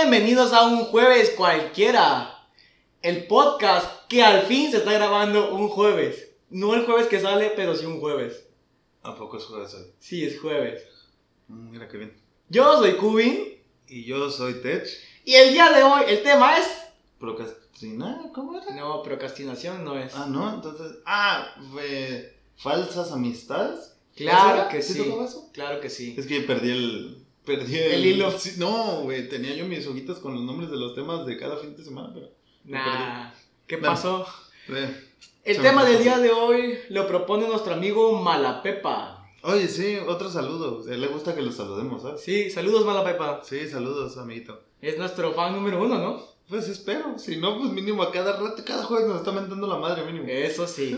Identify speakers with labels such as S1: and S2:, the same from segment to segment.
S1: Bienvenidos a un jueves cualquiera. El podcast que al fin se está grabando un jueves. No el jueves que sale, pero sí un jueves.
S2: ¿A poco es jueves hoy?
S1: Sí, es jueves.
S2: Mm, Mira qué bien.
S1: Yo soy Cubin
S2: Y yo soy Tech.
S1: y el día de hoy el tema es...
S2: ¿Procrastinar? ¿Cómo era?
S1: No, procrastinación no es.
S2: Ah, no, entonces. Ah, fue. ¿Falsas amistades? ¿Eso
S1: claro
S2: era?
S1: que sí.
S2: tocaba eso?
S1: Claro que sí.
S2: Es que perdí el. Perdí el,
S1: El hilo.
S2: Sí, no, güey, tenía yo mis hojitas con los nombres de los temas de cada fin de semana, pero.
S1: Nah, ¿qué
S2: Bueno.
S1: pasó?
S2: Eh,
S1: El
S2: Se me
S1: tema del
S2: pasó.
S1: día de hoy lo propone nuestro amigo Malapepa.
S2: Oye, sí, otro saludo. A él le gusta que lo saludemos, ¿sabes?
S1: Sí, saludos Malapepa.
S2: Sí, saludos, amiguito.
S1: Es nuestro fan número uno, ¿no?
S2: Pues espero, si no, pues mínimo a cada rato, cada jueves nos está mentando la madre, mínimo.
S1: Eso Eh, sí.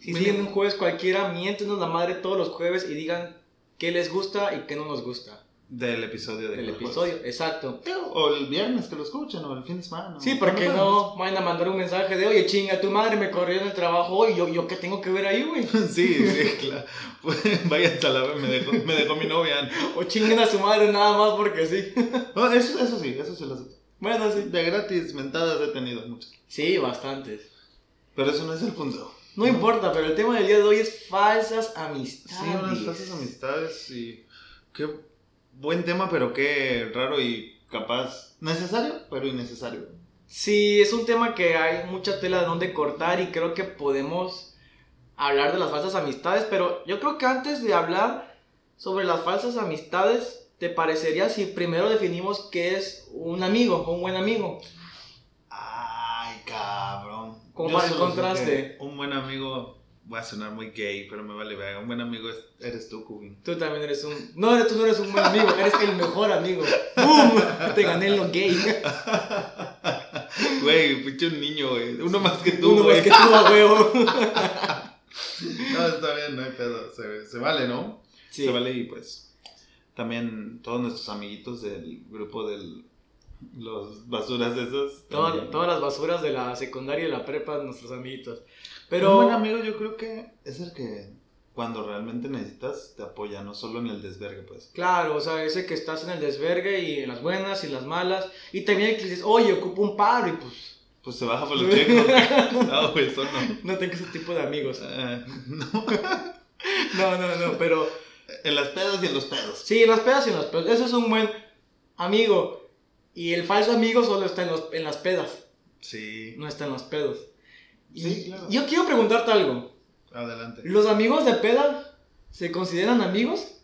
S1: Si
S2: Mínimo.
S1: siguen un jueves cualquiera, miéntenos la madre todos los jueves y digan qué les gusta y qué no nos gusta
S2: Del episodio de
S1: del
S2: cada jueves.
S1: episodio. Exacto.
S2: O el viernes que lo escuchen, o el fin de semana.
S1: Sí, porque no vayan a mandar un mensaje de, oye, chinga, tu madre me corrió en el trabajo hoy, yo, yo qué tengo que ver ahí, güey.
S2: Sí, sí, claro. Pues, vaya a la me dejó, me dejó mi novia.
S1: O chinguen a su madre nada más porque sí.
S2: No, eso, eso sí, eso sí lo acepto.
S1: bueno, sí.
S2: De gratis, mentadas he tenido muchas.
S1: Sí, bastantes.
S2: Pero eso no es el punto.
S1: No importa, pero el tema del día de hoy es falsas amistades.
S2: Sí, unas falsas amistades y. Qué buen tema, pero qué raro y capaz. Necesario, pero innecesario.
S1: Sí, es un tema que hay mucha tela de donde cortar y creo que podemos hablar de las falsas amistades, pero yo creo que antes de hablar sobre las falsas amistades, ¿te parecería si primero definimos qué es un amigo, un buen amigo?
S2: Ay, cabrón.
S1: Como
S2: Yo
S1: para el
S2: solo sé
S1: contraste.
S2: que Un buen amigo. Va a sonar muy gay, pero me vale verga. Un buen amigo es- eres tú, Cubin.
S1: Tú también eres un... No, eres, tú no eres un buen amigo, eres el mejor amigo. ¡Boom! Te gané en lo gay.
S2: Güey, pinche un niño, güey. Uno más que tú,
S1: Uno más
S2: güey.
S1: que tú, a huevo.
S2: No, está bien, no hay pedo. Se, se vale, ¿no?
S1: Sí.
S2: Se vale y pues también todos nuestros amiguitos del grupo del... Los basuras esas.
S1: Todas-
S2: también.
S1: todas las basuras de la secundaria y la prepa, nuestros amiguitos.
S2: Un
S1: Pero...
S2: buen amigo yo creo que es el que cuando realmente necesitas te apoya, no solo en el desvergue, pues.
S1: Claro, o sea, ese que estás en el desvergue y en las buenas y en las malas. Y también el que dices, oye, ocupo un paro y pues
S2: Pues se baja por los chicos. no, güey, eso no.
S1: no tengo ese tipo de amigos.
S2: Eh, no.
S1: No, no, no, pero
S2: En las pedas y en los pedos.
S1: sí, en las pedas y en las pedas. Eso es un buen amigo. Y el falso amigo solo está en, los- en las pedas,
S2: Sí.
S1: no está en los pedos. Y
S2: Sí, claro.
S1: yo quiero preguntarte algo.
S2: Adelante.
S1: ¿Los amigos de peda se consideran amigos?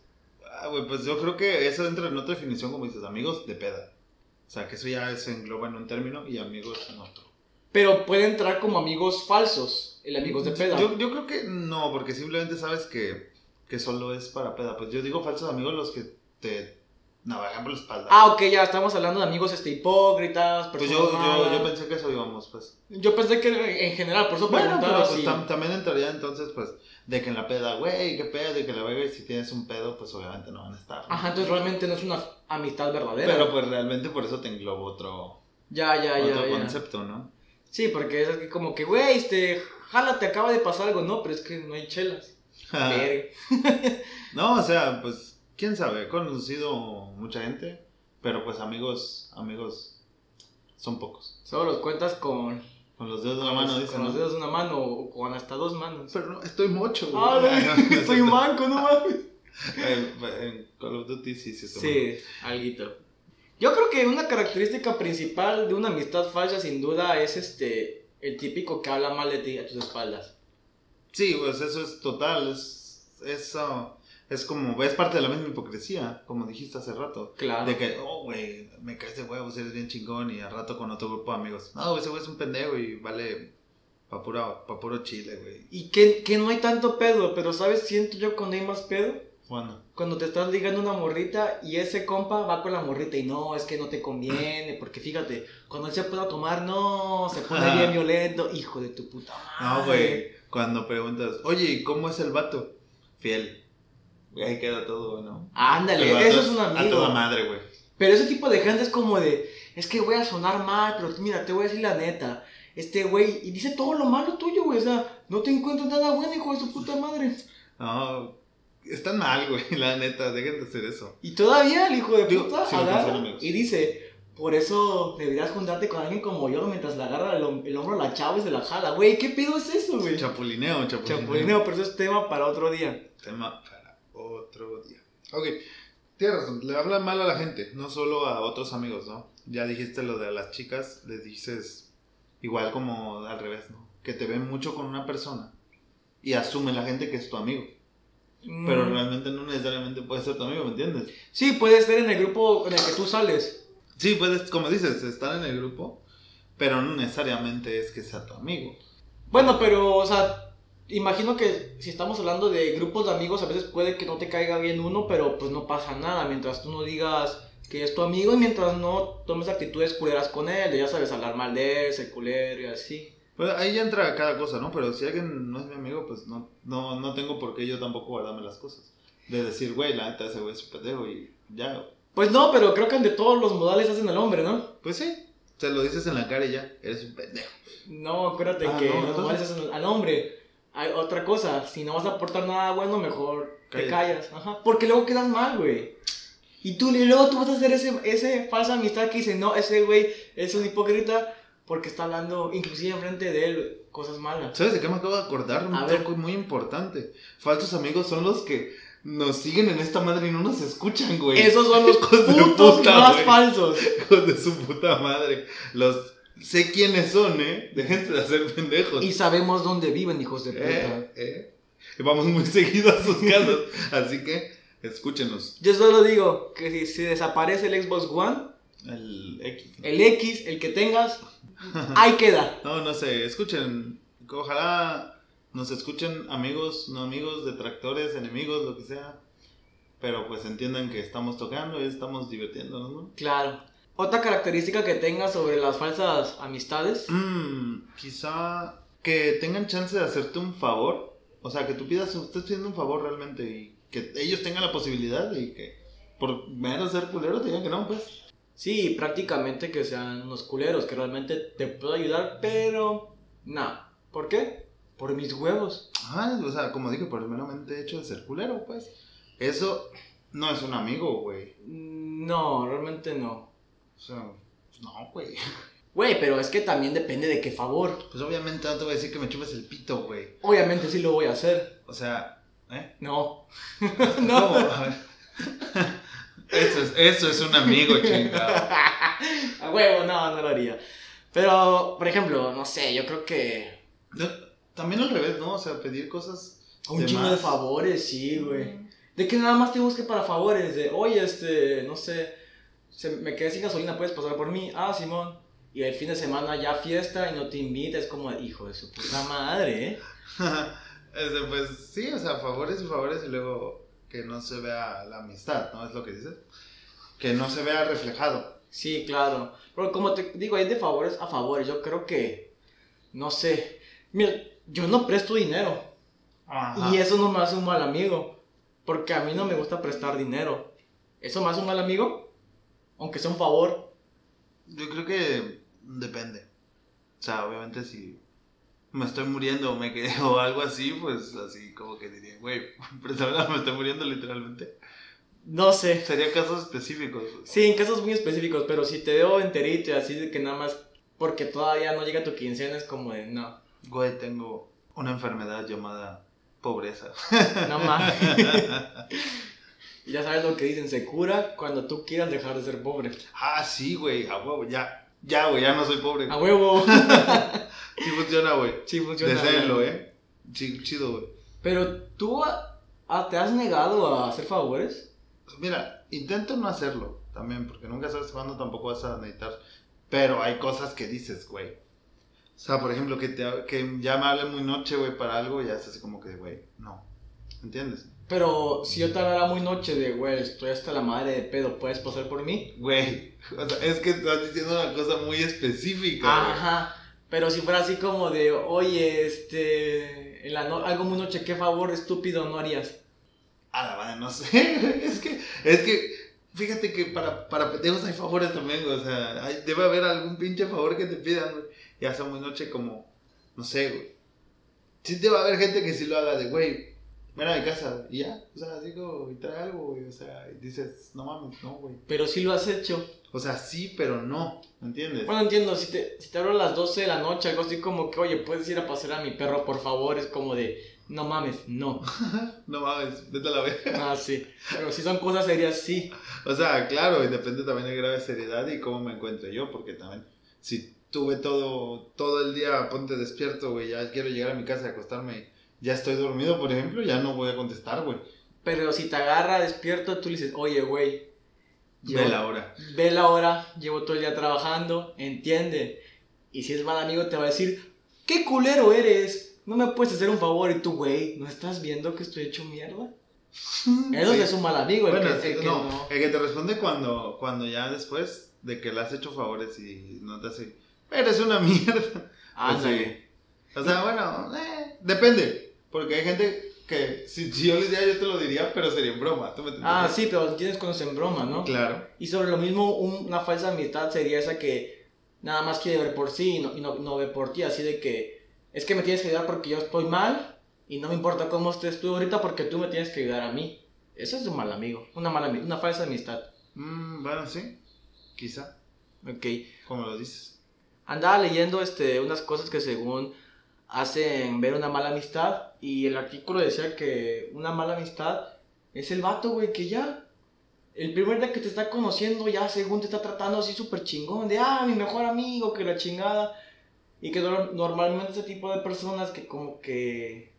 S2: Ah, güey, pues yo creo que eso entra en otra definición, como dices, amigos de peda. O sea, que eso ya se engloba en un término y amigos en otro.
S1: Pero puede entrar como amigos falsos, el amigos de peda.
S2: Yo, yo creo que no, porque simplemente sabes que, que solo es para peda. Pues yo digo falsos amigos los que te navajan por la espalda.
S1: Ah, ok, ya estamos hablando de amigos este, hipócritas,
S2: pues
S1: personas
S2: yo, yo,
S1: malas.
S2: yo pensé que eso íbamos, pues.
S1: Yo pensé que en general, por eso
S2: Bueno, pero
S1: preguntaba
S2: pues,
S1: si-
S2: tam- también entraría entonces, pues, de que en la peda, güey, qué pedo, y que la verga, y si tienes un pedo, pues obviamente no van a estar. ¿no?
S1: Ajá, entonces realmente no es una amistad verdadera.
S2: Pero pues realmente por eso te englobo otro,
S1: ya, ya, ya,
S2: otro
S1: ya.
S2: concepto, ¿no?
S1: Sí, porque es así como que, güey, este, jala, te acaba de pasar algo. No, pero es que no hay chelas.
S2: Ah.
S1: Verga.
S2: No, o sea, pues, quién sabe, he conocido mucha gente, pero pues amigos, amigos son pocos.
S1: Solo los cuentas con,
S2: Con los dedos de la
S1: con
S2: mano,
S1: los-
S2: dicen.
S1: con los
S2: ¿no?
S1: dedos de una mano o con hasta dos manos.
S2: Pero no, estoy mocho, güey.
S1: Ah,
S2: Ay, no, no
S1: no,
S2: es
S1: soy
S2: cierto.
S1: manco, no mames.
S2: Eh, En Call of Duty sí, sí, estoy manco.
S1: Sí, alguito. Yo creo que una característica principal de una amistad falsa, sin duda, es este, el típico que habla mal de ti a tus espaldas.
S2: Sí, pues eso es total, es, eso, es como, es parte de la misma hipocresía, como dijiste hace rato.
S1: Claro.
S2: De que, oh, güey, me caes de huevos, eres bien chingón, y al rato con otro grupo de amigos. No, ese güey es un pendejo y vale pa, pura, pa puro chile, güey.
S1: Y que, que no hay tanto pedo, pero ¿sabes? Siento yo cuando hay más pedo.
S2: Bueno.
S1: Cuando te estás ligando una morrita y ese compa va con la morrita y no, es que no te conviene, porque fíjate, cuando él se pueda tomar, no, se pone
S2: Ajá.
S1: bien violento, hijo de tu puta madre.
S2: No, güey. Cuando preguntas, oye, ¿y cómo es el vato? Fiel. Güey, Ahí queda todo, ¿no? El vato
S1: Ándale, eso es un
S2: A toda
S1: amigo.
S2: madre, güey.
S1: Pero ese tipo de gente es como de, es que voy a sonar mal, pero mira, te voy a decir la neta. Este güey, y dice todo lo malo tuyo, güey, o sea, no te encuentro nada bueno, hijo de su puta madre.
S2: No, están mal, güey, la neta, dejen de hacer eso.
S1: Y todavía el hijo de
S2: Digo,
S1: puta
S2: sí, no
S1: agarra
S2: son amigos.
S1: y dice, Por eso deberías juntarte con alguien como yo mientras le agarra el, hom- el hombro a la chava y se la jala. Güey, ¿qué pedo es eso, güey?
S2: Chapulineo, chapulineo.
S1: Chapulineo, pero eso es tema para otro día.
S2: Tema para otro día. Ok, tienes razón, le hablan mal a la gente, no solo a otros amigos, ¿no? Ya dijiste lo de las chicas, les dices igual como al revés, ¿no? Que te ven mucho con una persona y asume la gente que es tu amigo,
S1: Mm,
S2: pero realmente no necesariamente puede ser tu amigo, ¿me entiendes?
S1: Sí, puede ser en el grupo en el que tú sales.
S2: Sí, puedes, como dices, estar en el grupo, pero no necesariamente es que sea tu amigo.
S1: Bueno, pero, o sea, imagino que si estamos hablando de grupos de amigos, a veces puede que no te caiga bien uno, pero pues no pasa nada. Mientras tú no digas que es tu amigo y mientras no tomes actitudes culeras con él, de, ya sabes, hablar mal de él, ser culero y así.
S2: Pues ahí ya entra cada cosa, ¿no? Pero si alguien no es mi amigo, pues no, no, no tengo por qué yo tampoco guardarme las cosas. De decir, güey, la neta, ese güey es un pendejo y ya.
S1: Pues no, pero creo que ante todos los modales hacen al hombre, ¿no?
S2: Pues sí, te lo dices en la cara y ya, eres un pendejo.
S1: No, acuérdate
S2: Ah,
S1: que
S2: no,
S1: los
S2: entonces-
S1: modales hacen al hombre. Hay otra cosa, si no vas a aportar nada bueno, mejor te
S2: Cállate.
S1: callas. Ajá, porque luego quedas mal, güey. Y tú, y luego tú vas a hacer ese, ese falsa amistad que dice, no, ese güey es un hipócrita porque está hablando, inclusive enfrente de él, cosas malas.
S2: ¿Sabes de qué me acabo de acordar? Un
S1: A ver.
S2: truco muy importante. Falsos amigos son los que nos siguen en esta madre y no nos escuchan, güey.
S1: Esos son los
S2: Hijos de
S1: putos
S2: puta,
S1: más
S2: güey.
S1: falsos.
S2: Hijos de su puta madre. Los sé quiénes son, ¿eh? Déjense de hacer pendejos.
S1: Y sabemos dónde viven, hijos de puta.
S2: Eh, eh. Y Vamos muy seguido a sus casas. Así que escúchenos.
S1: Yo solo digo que si, si desaparece el Xbox One,
S2: El X.
S1: el X, el que tengas, ahí queda.
S2: No, no sé, escuchen. Ojalá nos escuchen amigos, no amigos, detractores, enemigos, lo que sea. Pero pues entiendan que estamos tocando y estamos divirtiéndonos, ¿no?
S1: Claro. Otra característica que tengas sobre las falsas amistades.
S2: Mm, quizá que tengan chance de hacerte un favor. O sea, que tú pidas, estés pidiendo un favor realmente y que ellos tengan la posibilidad y que por mero ser culero te digan que no, pues.
S1: Sí, prácticamente que sean unos culeros, que realmente te puedo ayudar, pero nada. ¿Por qué? Por mis huevos.
S2: Ajá, o sea, como dije, por el meramente hecho de ser culero, pues. Eso no es un amigo, güey.
S1: No, realmente no.
S2: O sea, pues, no, güey.
S1: Güey, pero es que también depende de qué favor.
S2: Pues obviamente no te voy a decir que me chupes el pito, güey.
S1: Obviamente sí lo voy a hacer.
S2: O sea, ¿eh?
S1: No.
S2: No.
S1: no.
S2: a ver. Eso es, eso es un amigo, chingado.
S1: a huevo, no, no lo haría. Pero, por ejemplo, no sé, yo creo que...
S2: No, también al revés, ¿no? O sea, pedir cosas.
S1: Un
S2: de
S1: chingo
S2: más.
S1: de favores, sí, güey. De que nada más te busque para favores, de, oye, este, no sé, se, me quedé sin gasolina, puedes pasar por mí, ah, Simón. Y el fin de semana ya fiesta y no te invita, es como, hijo de su puta madre, ¿eh?
S2: Este, pues sí, o sea, favores y favores y luego que no se vea la amistad, ¿no? Es lo que dices. Que no se vea reflejado.
S1: Sí, claro. Pero como te digo, hay de favores a favores, yo creo que, no sé, mira, yo no presto dinero.
S2: Ajá.
S1: Y eso no me hace un mal amigo, porque a mí no me gusta prestar dinero. ¿Eso me hace un mal amigo? Aunque sea un favor.
S2: Yo creo que depende. O sea, obviamente si me estoy muriendo o me quedé o algo así, pues así como que diría, güey, pero ¿sabes? me estoy muriendo literalmente.
S1: No sé.
S2: Sería casos específicos. pues.
S1: Sí, en casos muy específicos, pero si te veo enterito y así de que nada más porque todavía no llega tu quincena es como de no,
S2: Güey, tengo una enfermedad llamada pobreza.
S1: no más. ya sabes lo que dicen, se cura cuando tú quieras dejar de ser pobre.
S2: ah, sí, güey, a huevo, ya. Ya, güey, ya no soy pobre.
S1: A huevo.
S2: Sí funciona, güey.
S1: sí funciona.
S2: Deseenlo, ¿eh? Sí, chido, güey.
S1: Pero tú ah, ah, te has negado a hacer favores.
S2: Mira, intento no hacerlo también, porque nunca sabes cuándo tampoco vas a necesitar. Pero hay cosas que dices, güey. O sea, por ejemplo, que, te, que ya me hable muy noche, güey, para algo, ya es así como que, güey, no. ¿Entiendes?
S1: Pero si yo te hablara muy noche de, güey, estoy hasta la madre de pedo, ¿puedes pasar por mí?
S2: Güey, o sea, es que estás diciendo una cosa muy específica,
S1: Ajá. Pero si fuera así como de, oye, este, en la no- algo muy noche, ¿qué favor estúpido no harías?
S2: güey. A Ah, la madre, no sé. es que, es que, fíjate que para, para pendejos hay favores también, güey. O sea, hay- debe haber algún pinche favor que te pidan, güey. Y hace muy noche como, no sé, güey. Sí te va a haber gente que sí lo haga de, güey, ven a mi casa y ya, o sea, digo, y trae algo, güey, o sea, y dices, no mames, no, güey.
S1: Pero sí lo has hecho.
S2: O sea, sí, pero no, ¿me entiendes?
S1: Bueno, entiendo, si te, si te hablo a las 12 de la noche, algo así como que, oye, puedes ir a pasear a mi perro, por favor, es como de, no mames, no.
S2: No mames, vete a la verga.
S1: Ah, sí. Pero si son cosas serias, sí.
S2: O sea, claro, y depende también de grave seriedad y cómo me encuentre yo, porque también, si tuve todo, todo el día, ponte despierto, güey, ya quiero llegar a mi casa y acostarme, ya estoy dormido, por ejemplo, ya no voy a contestar, güey.
S1: Pero si te agarra despierto, tú le dices, oye, güey. llevo-
S2: Ve la hora.
S1: Ve la hora, llevo todo el día trabajando, entiende. Y si es mal amigo, te va a decir, qué culero eres. No me puedes hacer un favor y tú, güey, ¿no estás viendo que estoy hecho mierda? Eso
S2: Sí.
S1: es un mal amigo, el
S2: Bueno, eh,
S1: que- el que
S2: no, Pues
S1: no.
S2: el que te responde cuando, cuando ya después de que le has hecho favores y no te hace, eres una mierda.
S1: Ah,
S2: Pues
S1: Ándale.
S2: O sea, bueno, eh, depende, porque hay gente que si, si yo les diría, yo te lo diría, pero sería en broma, ¿tú me entiendes?
S1: Ah, sí, pero lo tienes cuando es en broma, ¿no?
S2: Claro.
S1: Y sobre lo mismo, un- una falsa amistad sería esa que nada más quiere ver por sí y no, y no, no ve por ti, así de que es que me tienes que ayudar porque yo estoy mal y no me importa cómo estés tú ahorita porque tú me tienes que ayudar a mí. Eso es un mal amigo, una mala ami- una falsa amistad.
S2: Mm, bueno, sí, quizá,
S1: Ok.
S2: como lo dices.
S1: Andaba leyendo este, unas cosas que según hacen ver una mala amistad y el artículo decía que una mala amistad es el vato, güey, que ya el primer día que te está conociendo ya según te está tratando así súper chingón, de, ah, mi mejor amigo, que la chingada. Y que nor- normalmente ese tipo de personas que como que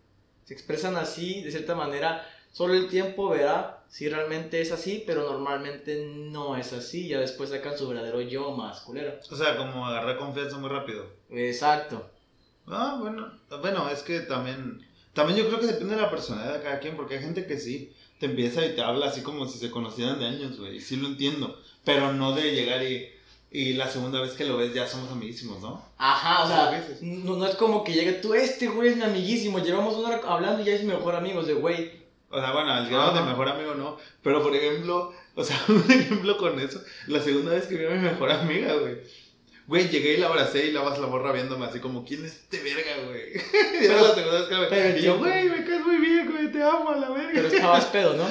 S1: se expresan así, de cierta manera, solo el tiempo verá si realmente es así, pero normalmente no es así, ya después sacan su verdadero yo más culero.
S2: O sea, como agarrar confianza muy rápido.
S1: Exacto.
S2: Ah, bueno, bueno, es que también, también yo creo que depende de la personalidad de cada quien, porque hay gente que sí, te empieza y te habla así como si se conocieran de años, güey, sí lo entiendo, pero no de llegar y, y la segunda vez que lo ves ya somos amiguísimos, ¿no?
S1: Ajá, o
S2: Ah,
S1: sea,
S2: veces.
S1: no, no es como que llegue tú, este güey es mi amiguísimo, llevamos una hora hablando y ya es mi mejor amigo, es de güey.
S2: O sea, bueno, al grado de
S1: Ajá.
S2: mejor amigo no, pero por ejemplo, o sea, un ejemplo con eso, la segunda vez que vi a mi mejor amiga, güey. Güey, llegué y la abracé y la vas la morra viéndome así como, ¿quién es este verga, güey? Y era la segunda vez que la
S1: pero el
S2: vi. Y yo,
S1: tiempo-
S2: güey, me caes muy bien, güey, te amo a la verga.
S1: Pero estabas pedo, ¿no?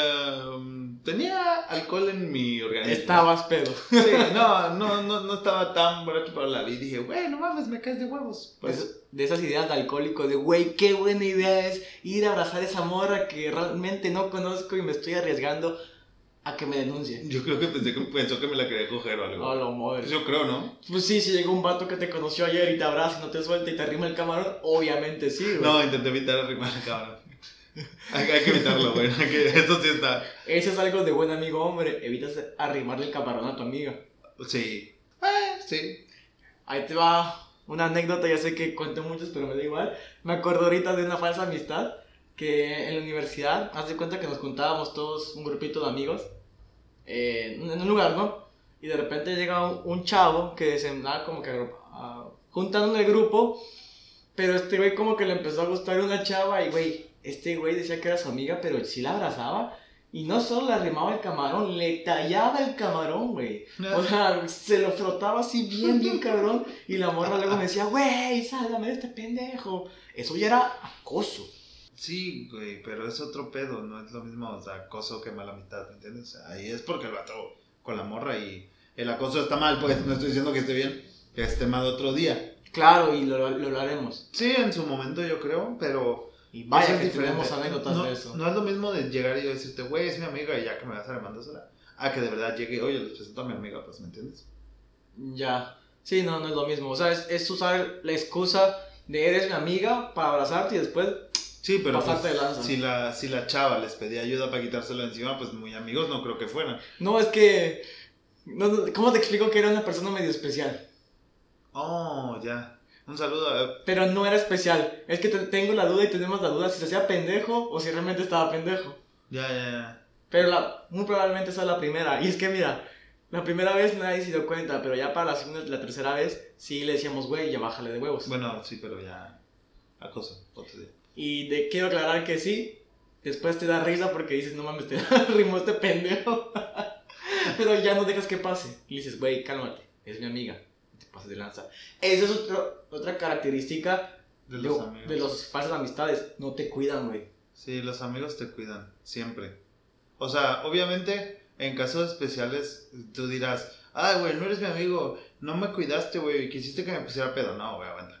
S2: Eh, tenía alcohol en mi organismo.
S1: Estabas pedo.
S2: Sí, no, no, no, no estaba tan borracho, pero la vi y dije, güey, no mames, me caes de huevos. Pues,
S1: Es- de esas ideas de alcohólico, de güey, qué buena idea es ir a abrazar a esa morra que realmente no conozco y me estoy arriesgando a que me denuncie.
S2: yo creo que pensé que pensó que me la quería coger o
S1: No
S2: algo.
S1: lo madre.
S2: Yo creo, ¿no?
S1: Pues sí, si llega un vato que te conoció ayer y te abraza y no te suelta y te arrima el camarón, obviamente sí, güey.
S2: No, intenté evitar arrimar la cámara. Hay, hay que evitarlo, güey. hay que- Eso sí está.
S1: Eso es algo de buen amigo, hombre. Evitas arrimarle el camarón a tu amiga.
S2: Sí. Eh, sí.
S1: Ahí te va una anécdota, ya sé que cuento muchas, pero me da igual. Me acuerdo ahorita de una falsa amistad que en la universidad, haz de cuenta que nos juntábamos todos, un grupito de amigos, eh, en un lugar, ¿no? Y de repente llega un, un chavo que semblaba como que ah, juntando en el grupo, pero este güey como que le empezó a gustar una chava y güey, este güey decía que era su amiga, pero sí la abrazaba. Y no solo le arrimaba el camarón, le tallaba el camarón, güey. O sea, se lo frotaba así bien, bien cabrón. Y la morra luego me decía, güey, sálgame de este pendejo. Eso ya era acoso.
S2: Sí, güey, pero es otro pedo, no es lo mismo, o sea, acoso que mala amistad, ¿me entiendes? Ahí es porque el vato con la morra y el acoso está mal, pues, no estoy diciendo que esté bien, que esté mal otro día.
S1: Claro, y lo, lo, lo haremos.
S2: Sí, en su momento yo creo, pero...
S1: Y vaya
S2: eso es
S1: que
S2: diferente.
S1: tenemos anécdotas
S2: no,
S1: de eso.
S2: No es lo mismo de llegar y yo decirte, güey, es mi amiga y ya que me vas a remandársela, a que de verdad llegue, oye, les presento a mi amiga, pues, ¿me entiendes?
S1: Ya. Sí, no, no es lo mismo. O sea, es, es usar la excusa de eres mi amiga para abrazarte y después.
S2: Sí, pero
S1: Pasarte
S2: pues,
S1: de lanza.
S2: si, la, si la chava les pedía ayuda para quitárselo encima, pues muy amigos no creo que fueran.
S1: No, es que. no, no, ¿Cómo te explico que era una persona medio especial?
S2: Oh, ya. Un saludo a...
S1: Pero no era especial. Es que te- tengo la duda y tenemos la duda si se hacía pendejo o si realmente estaba pendejo.
S2: Ya, ya, ya.
S1: Pero la- muy probablemente esa es la primera. Y es que mira, la primera vez nadie se dio cuenta, pero ya para la segunda, la tercera vez, sí le decíamos, güey, ya bájale de huevos.
S2: Bueno, sí, pero ya. Acoso, otro día.
S1: Y te quiero aclarar que sí, después te da risa porque dices, no mames, te rimó este pendejo. pero ya no dejas que pase. Y le dices, güey, cálmate, es mi amiga. Y Te pasas de lanza. Esa es otro- otra característica
S2: De los
S1: de-
S2: amigos.
S1: de los falsas amistades. No te cuidan, güey.
S2: Sí, los amigos te cuidan, siempre. O sea, obviamente, en casos especiales, tú dirás, ah, güey, no eres mi amigo, no me cuidaste, güey, quisiste que me pusiera pedo. No, güey, aguanta.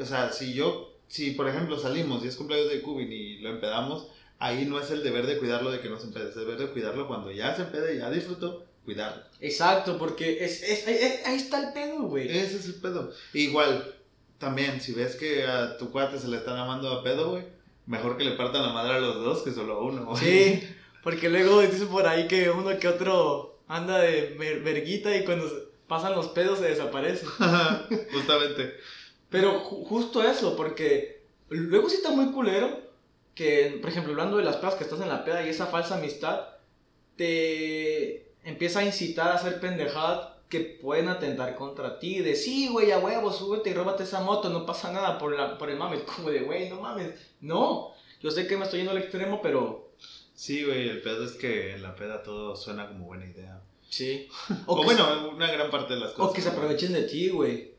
S2: O sea, si yo, si por ejemplo salimos y es cumpleaños de Cubin y lo empedamos, ahí no es el deber de cuidarlo de que no se empede, es el deber de cuidarlo cuando ya se empede, ya disfrutó, cuidarlo.
S1: Exacto, porque es, es- ahí- ahí- ahí está el pedo, güey.
S2: Ese es el pedo. Igual, también, si ves que a tu cuate se le están amando a pedo, güey, mejor que le partan la madre a los dos que solo a uno, güey.
S1: Sí, porque luego dicen por ahí que uno que otro anda de ver- verguita y cuando se- pasan los pedos se desaparece.
S2: Justamente.
S1: Pero ju- justo eso, porque luego sí está muy culero que, por ejemplo, hablando de las pedas que estás en la peda y esa falsa amistad, te empieza a incitar a hacer pendejadas que pueden atentar contra ti. De sí, güey, a huevo, súbete y róbate esa moto, no pasa nada por, la, por el mames. Como de, güey, no mames. No, yo sé que me estoy yendo al extremo, pero
S2: Sí, güey, el pedo es que en la peda todo suena como buena idea.
S1: sí.
S2: O,
S1: que-
S2: bueno, una gran parte de las cosas.
S1: O que se aprovechen de ti, güey.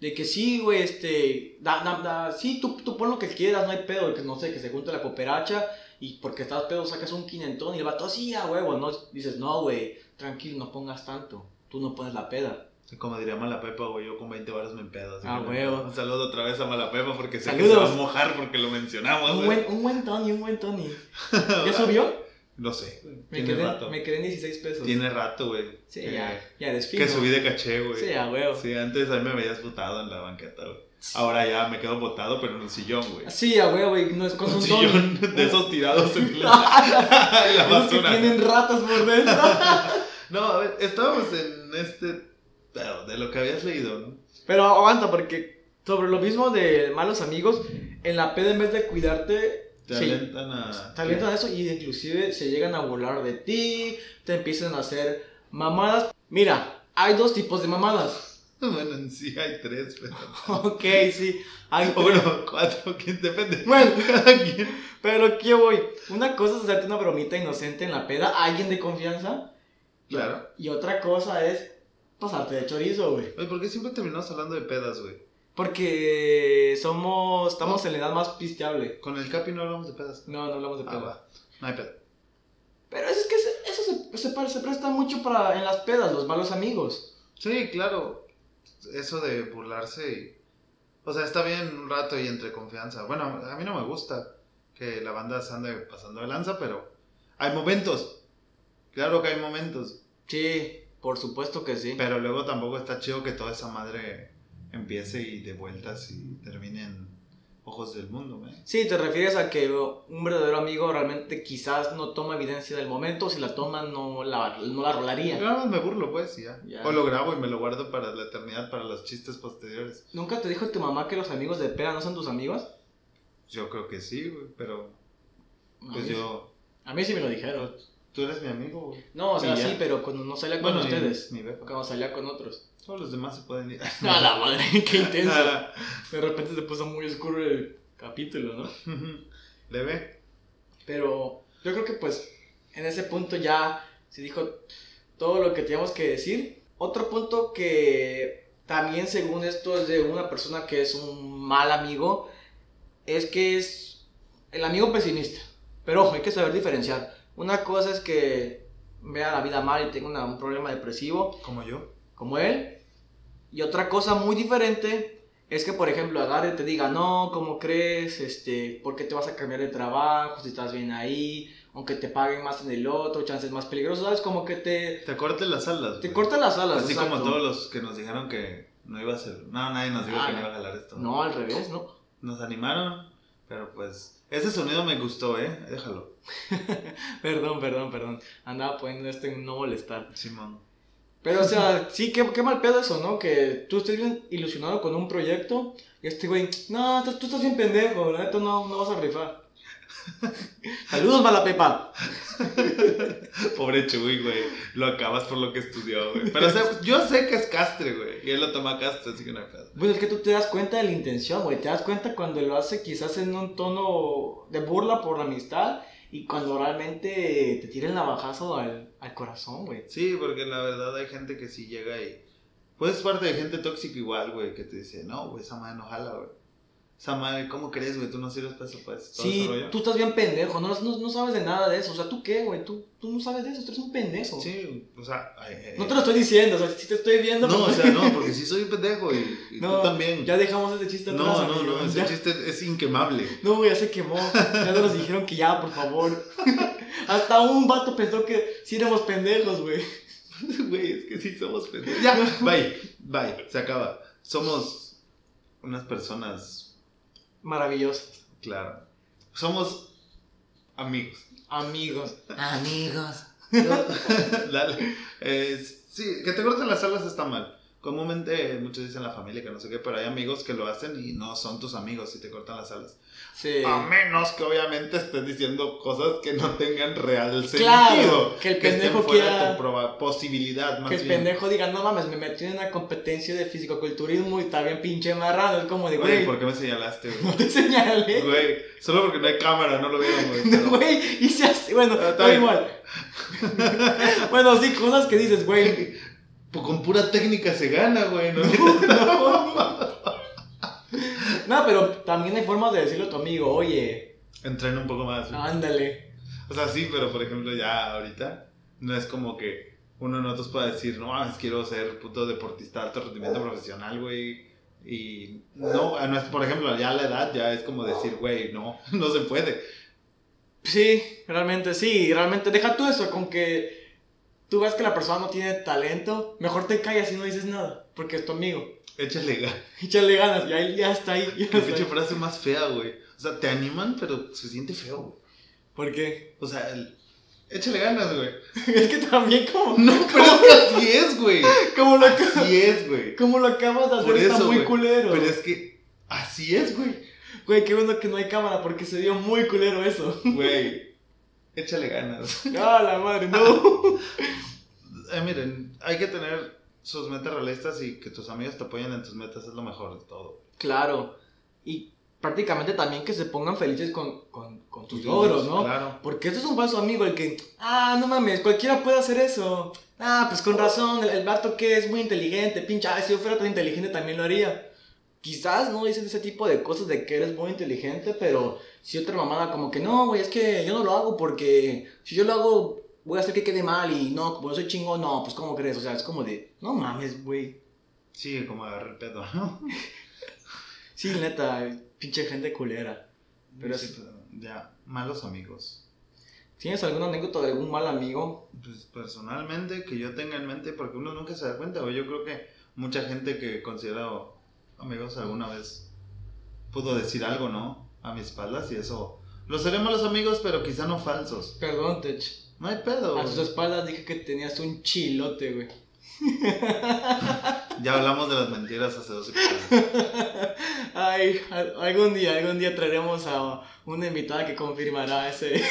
S1: De que sí, güey, este. Da, da, da- sí, tú, tú pon lo que quieras, no hay pedo. Que no sé, que se junta la cooperacha y porque estás pedo sacas un quinentón y el vato, sí, a huevo, ¿no? Dices, no, güey, tranquilo, no pongas tanto. Tú no pones la peda.
S2: Como diría Malapepa, güey, yo con 20 varos me empedo. así
S1: Ah,
S2: que-
S1: huevo.
S2: Un saludo otra vez a Malapepa porque sé que se
S1: Saludos.
S2: va a mojar porque lo mencionamos.
S1: Un
S2: güey.
S1: buen, un buen Tony, un buen Tony. ¿Ya subió?
S2: No sé. güey.
S1: Me
S2: Tiene
S1: quedé,
S2: rato.
S1: me quedé en 16 pesos.
S2: Tiene rato, güey.
S1: Sí,
S2: que-
S1: ya, ya desfino.
S2: Que subí de caché, güey.
S1: Sí, a huevo.
S2: Sí, antes a mí me veías botado en la banqueta, güey. Ahora ya me quedo botado, pero en un sillón, güey.
S1: Sí, a huevo, güey, no es con
S2: Un
S1: un Tony.
S2: sillón de esos tirados en la,
S1: Esos
S2: en la
S1: que
S2: basura.
S1: tienen ratas por dentro.
S2: No, a ver, estábamos en este. pedo De lo que habías leído, ¿no?
S1: Pero aguanta, porque sobre lo mismo de malos amigos, en la peda en vez de cuidarte,
S2: Te
S1: se-
S2: alentan a.
S1: te alentan a eso y inclusive se llegan a burlar de ti, te empiezan a hacer mamadas. Mira, hay dos tipos de mamadas.
S2: Bueno, en sí hay tres, pero.
S1: ok, sí. Hay
S2: O bueno, cuatro, ¿quién depende?
S1: Bueno,
S2: Cada quien.
S1: pero ¿qué voy? Una cosa es hacerte una bromita inocente en la peda a alguien de confianza.
S2: Claro.
S1: Y otra cosa es pasarte de chorizo, güey.
S2: Oye, ¿por qué siempre terminamos hablando de pedas, güey?
S1: Porque somos, estamos en la edad más pisteable.
S2: Con el Capi no hablamos de pedas.
S1: No, no hablamos de
S2: Ah,
S1: peda.
S2: va. No hay peda.
S1: Pero es que se- eso se, se, pare- se presta mucho para en las pedas, los malos amigos.
S2: Sí, claro. Eso de burlarse y. O sea, está bien un rato y entre confianza. Bueno, a mí no me gusta que la banda se ande pasando de lanza, pero. Hay momentos. Claro que hay momentos.
S1: Sí, por supuesto que sí.
S2: Pero luego tampoco está chido que toda esa madre empiece y de vueltas y termine en ojos del mundo, ¿eh? ¿me?
S1: Sí, te refieres a que un verdadero amigo realmente quizás no toma evidencia del momento, si la toma no la, no la
S2: Yo
S1: rolaría.
S2: nada más me burlo, pues, y ya.
S1: Ya.
S2: O lo grabo y me lo guardo para la eternidad, para los chistes posteriores.
S1: ¿Nunca te dijo tu mamá que los amigos de peda no son tus amigos?
S2: Yo creo que sí, güey, pero
S1: A
S2: pues
S1: mí-
S2: yo...
S1: A mí sí me lo dijeron.
S2: Tú eres mi amigo, güey.
S1: No, o sea,
S2: Y ya.
S1: sí, pero cuando no salía con
S2: Bueno, y
S1: ustedes,
S2: Mi bepa.
S1: cuando salía con otros.
S2: Todos los demás se pueden ir.
S1: A la madre, qué intenso.
S2: Ah,
S1: De repente se puso muy oscuro el capítulo, ¿no?
S2: Debe.
S1: Pero yo creo que pues en ese punto ya se dijo todo lo que teníamos que decir. Otro punto que también según esto es de una persona que es un mal amigo, es que es el amigo pesimista. Pero ojo, hay que saber diferenciar. Una cosa es que vea la vida mal y tenga una- un problema depresivo
S2: Como yo.
S1: como él. Y otra cosa muy diferente es que, por ejemplo, agarre y te diga, no, ¿cómo crees? Este, ¿Por qué te vas a cambiar de trabajo si estás bien ahí? Aunque te paguen más en el otro, chances más peligrosos, ¿sabes? Como que te,
S2: Te cortes las alas.
S1: te
S2: güey.
S1: cortan las alas.
S2: Así
S1: exacto.
S2: como todos los que nos dijeron que no iba a ser... No, nadie nos dijo
S1: Ah,
S2: que no
S1: no.
S2: iba a jalar esto.
S1: No, al revés, ¿no?
S2: Nos animaron, pero pues. Ese sonido me gustó, ¿eh? Déjalo.
S1: Perdón, perdón, perdón. Andaba poniendo esto en no molestar.
S2: Simón.
S1: Pero, o sea, sí, qué, qué mal pedo eso, ¿no? Que tú estés bien ilusionado con un proyecto y este güey, no, estás- tú estás bien pendejo, la neta no, no vas a rifar. Saludos, mala pepa.
S2: Pobre Chuy, güey. Lo acabas por lo que estudió, güey. Pero o sea, yo sé que es castre, güey. Y él lo toma castre, así que no hay pedo.
S1: Bueno, Pues es que tú te das cuenta de la intención, güey. Te das cuenta cuando lo hace quizás en un tono de burla por la amistad y cuando realmente te tira el navajazo al, al corazón, güey.
S2: Sí, porque la verdad hay gente que sí llega y. Pues es parte de gente tóxica igual, güey, que te dice, no, güey, esa madre no jala, güey. Esa madre, ¿cómo crees, güey? Tú no sirves para eso, pues. todo ese
S1: Sí,
S2: rollo.
S1: tú estás bien pendejo, no, no, no sabes de nada de eso. O sea, ¿tú qué, güey? Tú, tú no sabes de eso, tú eres un pendejo.
S2: Sí, o sea. eh, eh,
S1: No te lo estoy diciendo, o sea, si te estoy viendo.
S2: No, o
S1: pues-
S2: sea, no, porque sí soy un pendejo y, y
S1: No,
S2: tú también.
S1: Ya dejamos ese chiste
S2: no,
S1: atrás.
S2: no,
S1: amigo,
S2: no, ese
S1: ya.
S2: chiste es inquemable.
S1: No, güey, ya se quemó. Ya nos dijeron que ya, por favor. Hasta un vato pensó que sí éramos pendejos, güey.
S2: Güey, es que sí somos pendejos. Ya, bye, bye, se acaba. Somos unas personas,
S1: Maravillosos.
S2: claro. Somos amigos.
S1: Amigos.
S2: Amigos. Dale. Eh, sí, que te corten las alas está mal. Comúnmente eh, muchos dicen la familia que no sé qué, pero hay amigos que lo hacen y no son tus amigos si te cortan las alas.
S1: Sí.
S2: A menos que obviamente estés diciendo cosas que no tengan real sentido.
S1: Claro, que el
S2: estén
S1: pendejo
S2: fuera de
S1: quiera-
S2: tu proba- posibilidad, más
S1: Que el
S2: bien.
S1: pendejo diga, no mames, me metí en una competencia de fisicoculturismo y está bien pinche marrano. Es como de,
S2: Güey,
S1: güey,
S2: ¿por qué me señalaste,
S1: no
S2: güey?
S1: te señalé.
S2: Pues, Güey, solo porque no hay cámara, no lo vieron, güey. pero-
S1: Güey, y se hace, bueno,
S2: Ah, está
S1: da
S2: bien.
S1: igual. bueno, sí, cosas que dices, güey.
S2: Pues con pura técnica se gana, güey. ¿no?
S1: No. No, pero también hay formas de decirle a tu amigo, oye,
S2: Entrena un poco más. güey.
S1: ándale.
S2: O sea, sí, pero por ejemplo, ya ahorita no es como que uno de nosotros pueda decir, no mames, quiero ser puto deportista de alto rendimiento profesional, güey. Y no, a nuestro- por ejemplo, ya a la edad ya es como decir, güey, no, no se puede.
S1: Sí, realmente, sí, realmente, deja tú eso, con que tú ves que la persona no tiene talento, mejor te callas y no dices nada, porque es tu amigo.
S2: Échale ganas.
S1: Échale ganas, ya, ya está ahí. Ya
S2: Qué
S1: está
S2: pinche
S1: ahí.
S2: frase más fea, güey. O sea, te animan, pero se siente feo, güey.
S1: ¿Por qué?
S2: O sea, el- échale ganas, güey.
S1: Es que también como,
S2: No, pero es que así es, güey.
S1: como, lo,
S2: Así es, güey.
S1: como lo acabas de hacer,
S2: Por
S1: está
S2: eso,
S1: muy
S2: güey,
S1: culero.
S2: Pero es que así es, güey.
S1: Güey, qué bueno que no hay cámara, porque se dio muy culero eso.
S2: Güey, échale ganas.
S1: Ah, la madre, no.
S2: Eh, miren, hay que tener sus metas realistas y que tus amigos te apoyen en tus metas es lo mejor de todo.
S1: Claro. Y prácticamente también que se pongan felices con, con, con tus logros, ¿no?
S2: Claro.
S1: Porque esto es un falso amigo el que, ah, no mames, cualquiera puede hacer eso. Ah, pues con razón, el, el vato que es muy inteligente, pincha, ah, si yo fuera tan inteligente también lo haría. Quizás no dices ese tipo de cosas de que eres muy inteligente, pero si otra mamada como que no, güey, es que yo no lo hago porque si yo lo hago voy a hacer que quede mal y no, como yo soy chingón, no, pues cómo crees, o sea, es como de, no mames, güey.
S2: Sí, como agarrar el pedo, ¿no?
S1: Sí, neta, pinche gente culera. Pero
S2: Sí,
S1: es-
S2: pero ya, malos amigos.
S1: ¿Tienes alguna anécdota de algún mal amigo?
S2: Pues personalmente, que yo tenga en mente, porque uno nunca se da cuenta, güey. Yo creo que mucha gente que considero amigos alguna vez pudo decir algo, ¿no? A mis espaldas y eso. Los seré malos amigos, pero quizá no falsos.
S1: Perdón, Tech.
S2: No hay pedo.
S1: A
S2: güey.
S1: tus espaldas dije que tenías un chilote, güey.
S2: Ya hablamos de las mentiras hace dos episodios.
S1: Ay, al- algún día, algún día traeremos a una invitada que confirmará ese,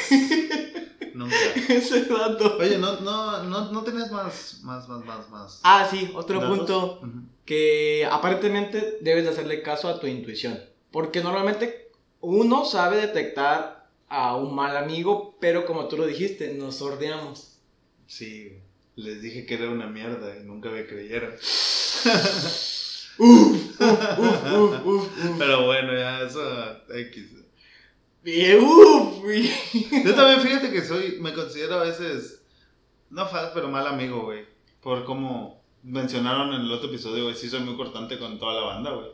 S2: Nunca.
S1: ese dato.
S2: Oye, no, no, no, no tenías más, más, más, más, más.
S1: Ah, sí, otro
S2: datos?
S1: punto
S2: Ujú.
S1: que aparentemente debes de hacerle caso a tu intuición. Porque normalmente uno sabe detectar a un mal amigo, pero como tú lo dijiste, nos sordeamos.
S2: Sí, les dije que era una mierda y nunca me creyeron.
S1: Uf, uf, uf, uf, uf, uf.
S2: Pero bueno, ya eso X.
S1: Y, uf, y-
S2: Yo también fíjate que soy, me considero a veces, no fal, pero mal amigo, güey. Por como mencionaron en el otro episodio, güey, sí soy muy cortante con toda la banda, güey.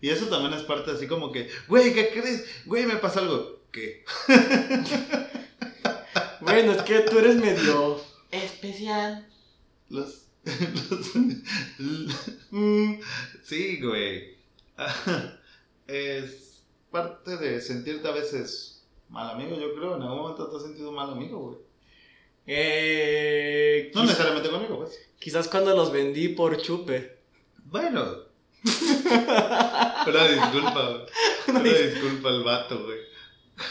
S2: Y eso también es parte así como que, güey, ¿qué crees? Güey, me pasa algo. ¿Qué?
S1: Bueno, es que tú eres medio especial.
S2: Los, los,
S1: Mm.
S2: Sí, güey. es parte de sentirte a veces mal amigo, yo creo. En algún momento te has sentido mal amigo, güey.
S1: Eh,
S2: No
S1: quiz-
S2: necesariamente conmigo, pues.
S1: Quizás cuando los vendí por chupe.
S2: Bueno. Una disculpa, güey. Una disculpa al vato, güey.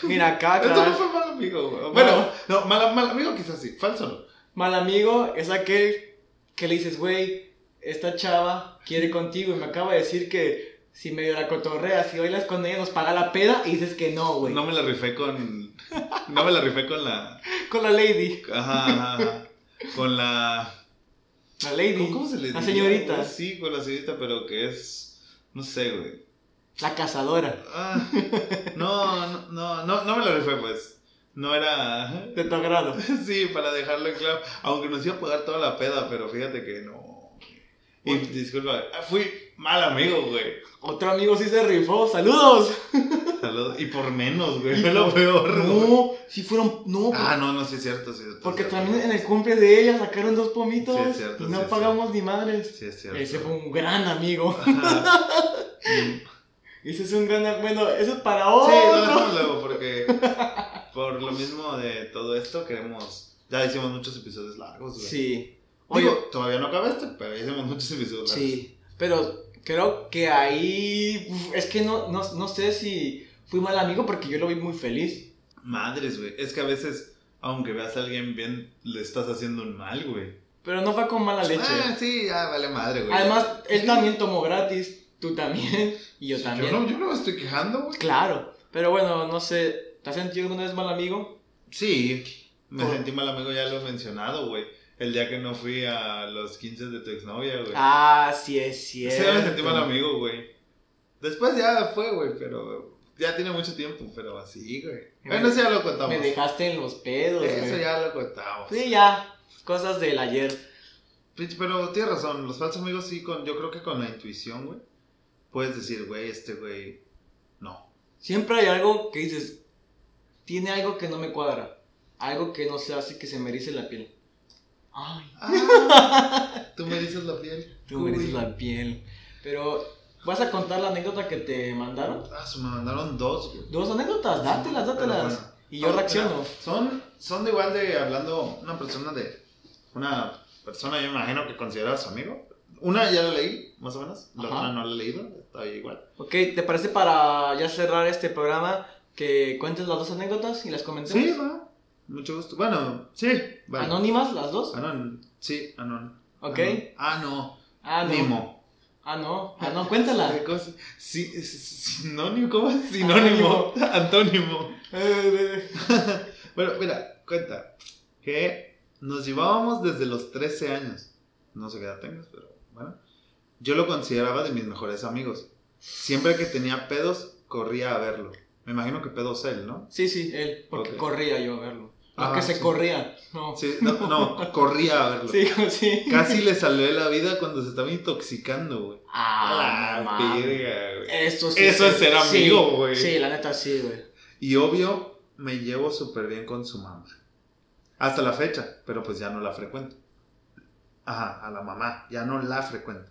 S1: Mira, acá
S2: Esto no
S1: atrás,
S2: fue mal amigo, güey. Bueno, no, mal, mal amigo quizás sí, falso no.
S1: mal amigo es aquel que le dices, güey, esta chava quiere contigo y me acaba de decir que si medio la cotorreas y bailas con ella nos paga la peda y dices que no, güey.
S2: No me la rifé con. No me la rifé con la.
S1: Con la lady.
S2: Ajá, ajá, ajá. Con la.
S1: La lady.
S2: ¿Cómo, cómo se le
S1: La
S2: diría,
S1: señorita.
S2: güey? Sí, con la señorita, pero que es. No sé, güey.
S1: La cazadora.
S2: Ah, no, no, no, no, no me lo rifé, pues. No era.
S1: De tu agrado.
S2: Sí, para dejarlo en claro. Aunque nos iba a pagar toda la peda, pero fíjate que no. Y disculpa, ah, fui mal amigo, güey.
S1: Otro amigo sí se rifó. ¡Saludos!
S2: Saludos. Y por menos, güey. Fue lo peor, güey.
S1: No, sí fueron. No,
S2: Ah, no, no, sí es cierto. Sí,
S1: porque
S2: sí es
S1: también
S2: cierto.
S1: en el cumple de ella sacaron dos pomitos.
S2: Sí, es cierto,
S1: y no
S2: sí, es
S1: pagamos ni madres.
S2: Sí es cierto.
S1: Ese fue un gran amigo.
S2: Ajá. Y-
S1: Ese es un gran. Bueno, eso es para
S2: Sí,
S1: otro.
S2: lo dejamos luego porque por lo mismo de todo esto queremos. Ya hicimos muchos episodios largos, güey.
S1: Sí.
S2: Oye,
S1: Oye,
S2: todavía no acabaste, pero hicimos muchos episodios largos.
S1: sí. Pero creo que ahí. uf, Es que no, no, no sé si fui mal amigo porque yo lo vi muy feliz.
S2: Madres, güey. Es que a veces, aunque veas a alguien bien, le estás haciendo un mal, güey.
S1: Pero no fue con mala leche.
S2: Ah, sí, ah, vale madre, güey.
S1: Además, él también tomó gratis. Tú también. Y yo también.
S2: yo no, yo no me estoy quejando, güey.
S1: Claro. Pero bueno, no sé. ¿Te has sentido alguna vez mal amigo?
S2: Sí, me
S1: Por-
S2: sentí mal amigo, ya lo he mencionado, güey. El día que no fui a los 15 de tu exnovia, güey.
S1: Ah, sí es
S2: Sí,
S1: cierto.
S2: me sentí mal amigo, güey. Después ya fue, güey, pero ya tiene mucho tiempo, pero así, güey. Bueno, eso ya lo contamos.
S1: Me dejaste en los pedos,
S2: Eso
S1: güey.
S2: ya lo contamos.
S1: Sí, ya. Cosas del ayer.
S2: Pinche, Pero tienes razón, los falsos amigos sí, con, yo creo que con la intuición, güey. Puedes decir, güey, este güey, no.
S1: Siempre hay algo que dices, tiene algo que no me cuadra. Algo que no se hace que se me erice la piel. Ay,
S2: Ah, tú me dices la piel.
S1: tú me erices la piel. Pero, ¿vas a contar la anécdota que te mandaron?
S2: Ah, se me mandaron dos, güey.
S1: Dos anécdotas, dátelas,
S2: Pero
S1: dátelas.
S2: bueno.
S1: Y yo
S2: Ah,
S1: reacciono.
S2: mira, Son, son de igual de hablando una persona de. Una persona, yo imagino que consideras su amigo. Una ya la leí, más o menos. La
S1: Ajá.
S2: otra no la he leído, está igual.
S1: Ok, ¿te parece para ya cerrar este programa que cuentes las dos anécdotas y las comentemos?
S2: Sí, va. Mucho gusto. Bueno, sí. Vale. Ah,
S1: ¿Anónimas las dos?
S2: Anon. Sí, Anon.
S1: Ok.
S2: Anon. Ah, no. Eh,
S1: Ah, no.
S2: Anónimo.
S1: Ah, no. Ah, no, cuéntala.
S2: ¿Qué cosa? Sí, es- sinónimo. ¿Cómo es? Sinónimo. Antónimo.
S1: Eh,
S2: Bueno, mira, cuenta que nos llevábamos desde los 13 años. No sé qué edad tengas, pero bueno. Yo lo consideraba de mis mejores amigos. Siempre que tenía pedos, corría a verlo. Me imagino que pedos él, ¿no?
S1: Sí, sí, él. Porque
S2: Ok.
S1: corría yo a verlo. No
S2: Ah,
S1: que se
S2: sí.
S1: corría. No.
S2: Sí, no, no, corría a verlo.
S1: Sí, sí.
S2: Casi le salvé la vida cuando se estaba intoxicando, güey.
S1: Ah,
S2: La
S1: no mames.
S2: verga, güey.
S1: Eso sí.
S2: Eso
S1: sí.
S2: es ser amigo,
S1: Sí,
S2: güey.
S1: Sí, la neta sí, güey.
S2: Y obvio, me llevo súper bien con su mamá. Hasta la fecha, pero pues ya no la frecuento. Ajá, a la mamá, ya no la frecuento.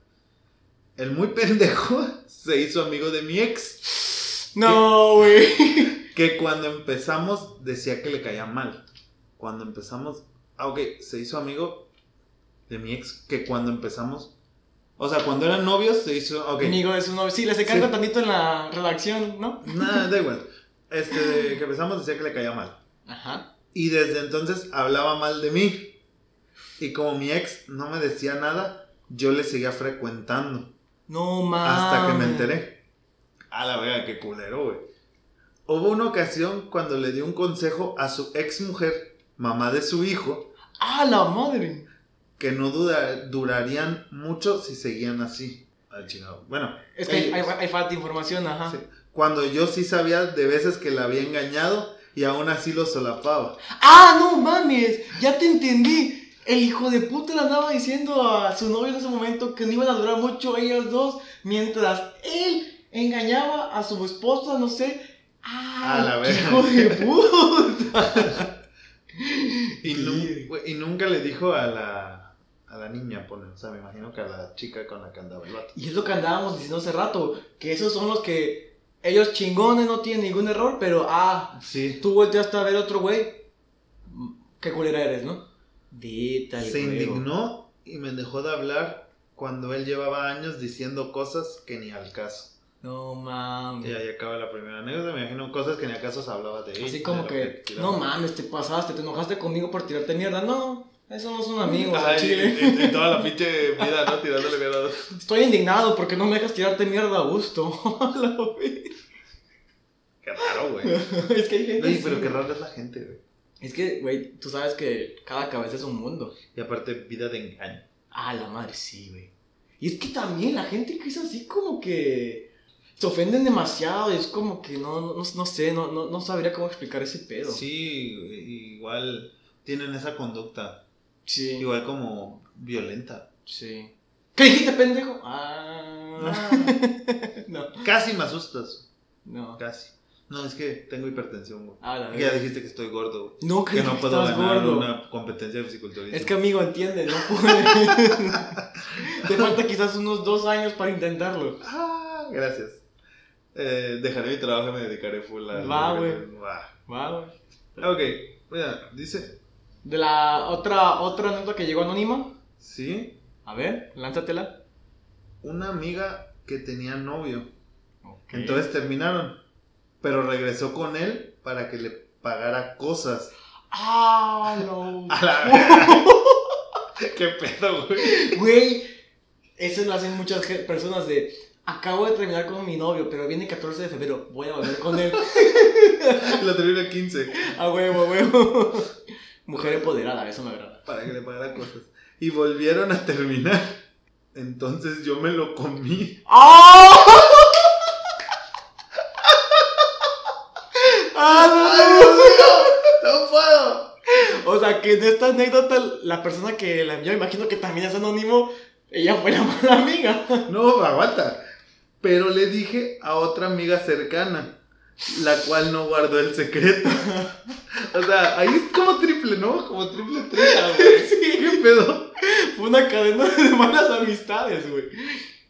S2: El muy pendejo se hizo amigo de mi ex,
S1: No, güey.
S2: que cuando empezamos decía que le caía mal. Cuando empezamos, ah, ok, se hizo amigo de mi ex, que cuando empezamos, o sea, cuando eran novios se hizo, ok.
S1: Amigo es uno. Sí, les se canta
S2: Sí.
S1: tantito en la redacción, ¿no?
S2: Nada, da igual. Este, que empezamos decía que le caía mal.
S1: Ajá.
S2: Y desde entonces hablaba mal de mí. Y como mi ex no me decía nada, yo le seguía frecuentando.
S1: No mames.
S2: Hasta
S1: Ah.
S2: que me enteré. A la vega, qué culero, güey. Hubo una ocasión cuando le dio un consejo a su ex mujer, mamá de su hijo,
S1: ¡Ah, la madre!
S2: que no duda- durarían mucho si seguían así. Al chingado. Bueno,
S1: Es que hay,
S2: ellos.
S1: hay- hay falta de información, ajá.
S2: Sí. cuando yo sí sabía de veces que la había engañado y aún así lo solapaba.
S1: ¡Ah, no mames! Ya te entendí. El hijo de puta le andaba diciendo a su novio en ese momento que no iban a durar mucho ellas dos mientras él engañaba a su esposa, no sé. ¡Ah,
S2: A la
S1: qué
S2: verga.
S1: hijo de puta!
S2: Y, nu-
S1: Sí.
S2: güey, y nunca le dijo a la, a la niña, pone. O sea, me imagino que a la chica con la que andaba el vato.
S1: Y es lo que andábamos diciendo hace rato, que esos son los que ellos chingones no tienen ningún error, pero ah,
S2: Sí.
S1: tú volteaste a ver otro güey. Qué culera eres, ¿no? Vita, el
S2: Se
S1: juego.
S2: indignó y me dejó de hablar cuando él llevaba años diciendo cosas que ni al caso.
S1: No
S2: Y
S1: mames.
S2: ahí acaba la primera anécdota. Me imagino cosas que ni al caso se hablaba de él.
S1: Así como
S2: de lo
S1: que,
S2: tiraba.
S1: no mames, te pasaste, te enojaste conmigo por tirarte mierda. No, eso no son amigos,
S2: Ajá,
S1: al
S2: y-
S1: chile.
S2: y- y toda la pinche vida, ¿no? Tirándole mierda a dos.
S1: Estoy indignado porque no me dejas tirarte mierda a gusto. La ve-
S2: Qué raro, güey.
S1: es que hay gente
S2: Oye,
S1: así,
S2: pero qué
S1: güey.
S2: raro es la gente, güey.
S1: Es que, güey, tú sabes que cada cabeza es un mundo.
S2: Y aparte, vida de engaño.
S1: Ah, la madre, sí, güey. Y es que también la gente que es así como que... se ofenden demasiado y es como que no, no, no sé, no, no, no sabría cómo explicar ese pedo.
S2: Sí, igual tienen esa conducta.
S1: Sí.
S2: Igual como violenta.
S1: Sí. ¿Qué dijiste, pendejo? Ah. no.
S2: Casi me asustas.
S1: No.
S2: Casi. No, es que tengo hipertensión, güey.
S1: A la
S2: Ya
S1: verga.
S2: dijiste que estoy gordo, güey.
S1: No,
S2: Que
S1: que
S2: no puedo ganar
S1: gordo.
S2: una competencia de fisiculturismo.
S1: Es que amigo, entiende, no pude. Te falta quizás unos dos años para intentarlo.
S2: Ah, gracias. Eh, dejaré mi trabajo y me dedicaré full a...
S1: Va, güey.
S2: Va.
S1: Va, güey.
S2: Ok, mira, dice...
S1: De la otra, otra anécdota que llegó anónima.
S2: Sí,
S1: A ver, lánzatela.
S2: una amiga que tenía novio.
S1: Ok.
S2: Entonces terminaron. Pero regresó con él para que le pagara cosas.
S1: ¡Ah, no!
S2: A la verga. Qué pedo, güey.
S1: Güey, eso lo hacen muchas ge- personas de... Acabo de terminar con mi novio, pero viene el 14 de febrero. Voy a volver con él.
S2: Lo terminó a 15
S1: A huevo, a huevo. Mujer empoderada, eso me agrada.
S2: para que le pagara cosas. Y volvieron a terminar. Entonces yo me lo comí.
S1: ¡Ah! ¡Ah, no, no, no!
S2: ¡No puedo!
S1: O sea, que de esta anécdota, la persona que la envió, imagino que también es anónimo, ella fue la mala amiga.
S2: No, aguanta. Pero le dije a otra amiga cercana, la cual no guardó el secreto. O sea, ahí es como triple, ¿no? Como triple treta, güey.
S1: Sí,
S2: ¿Qué pedo?
S1: fue una cadena de malas amistades, güey.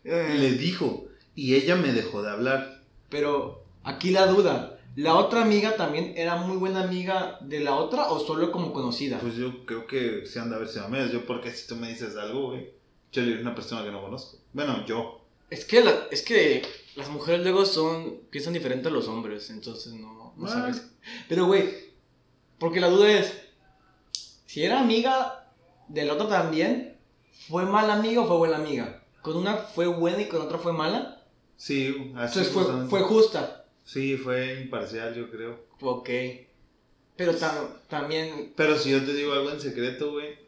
S1: Eh,
S2: Le dijo, y ella me dejó de hablar.
S1: Pero aquí la duda, ¿la otra amiga también era muy buena amiga de la otra o solo como conocida?
S2: Pues yo creo que se han de haber sido amigas. Yo, porque si tú me dices algo, güey, yo le digo a una persona que no conozco. Bueno, yo.
S1: Es que, la- es que las mujeres luego son, piensan diferente a los hombres, entonces no, no
S2: Ah.
S1: sabes. Pero, güey, porque la duda es, si era amiga del otro también, ¿fue mala amiga o fue buena amiga? Con una fue buena y con otra fue mala.
S2: Sí, así
S1: Entonces fue,
S2: justamente.
S1: fue justa.
S2: Sí, fue imparcial, yo creo.
S1: Ok. Pero tam- también
S2: Pero si yo te digo algo en secreto, güey.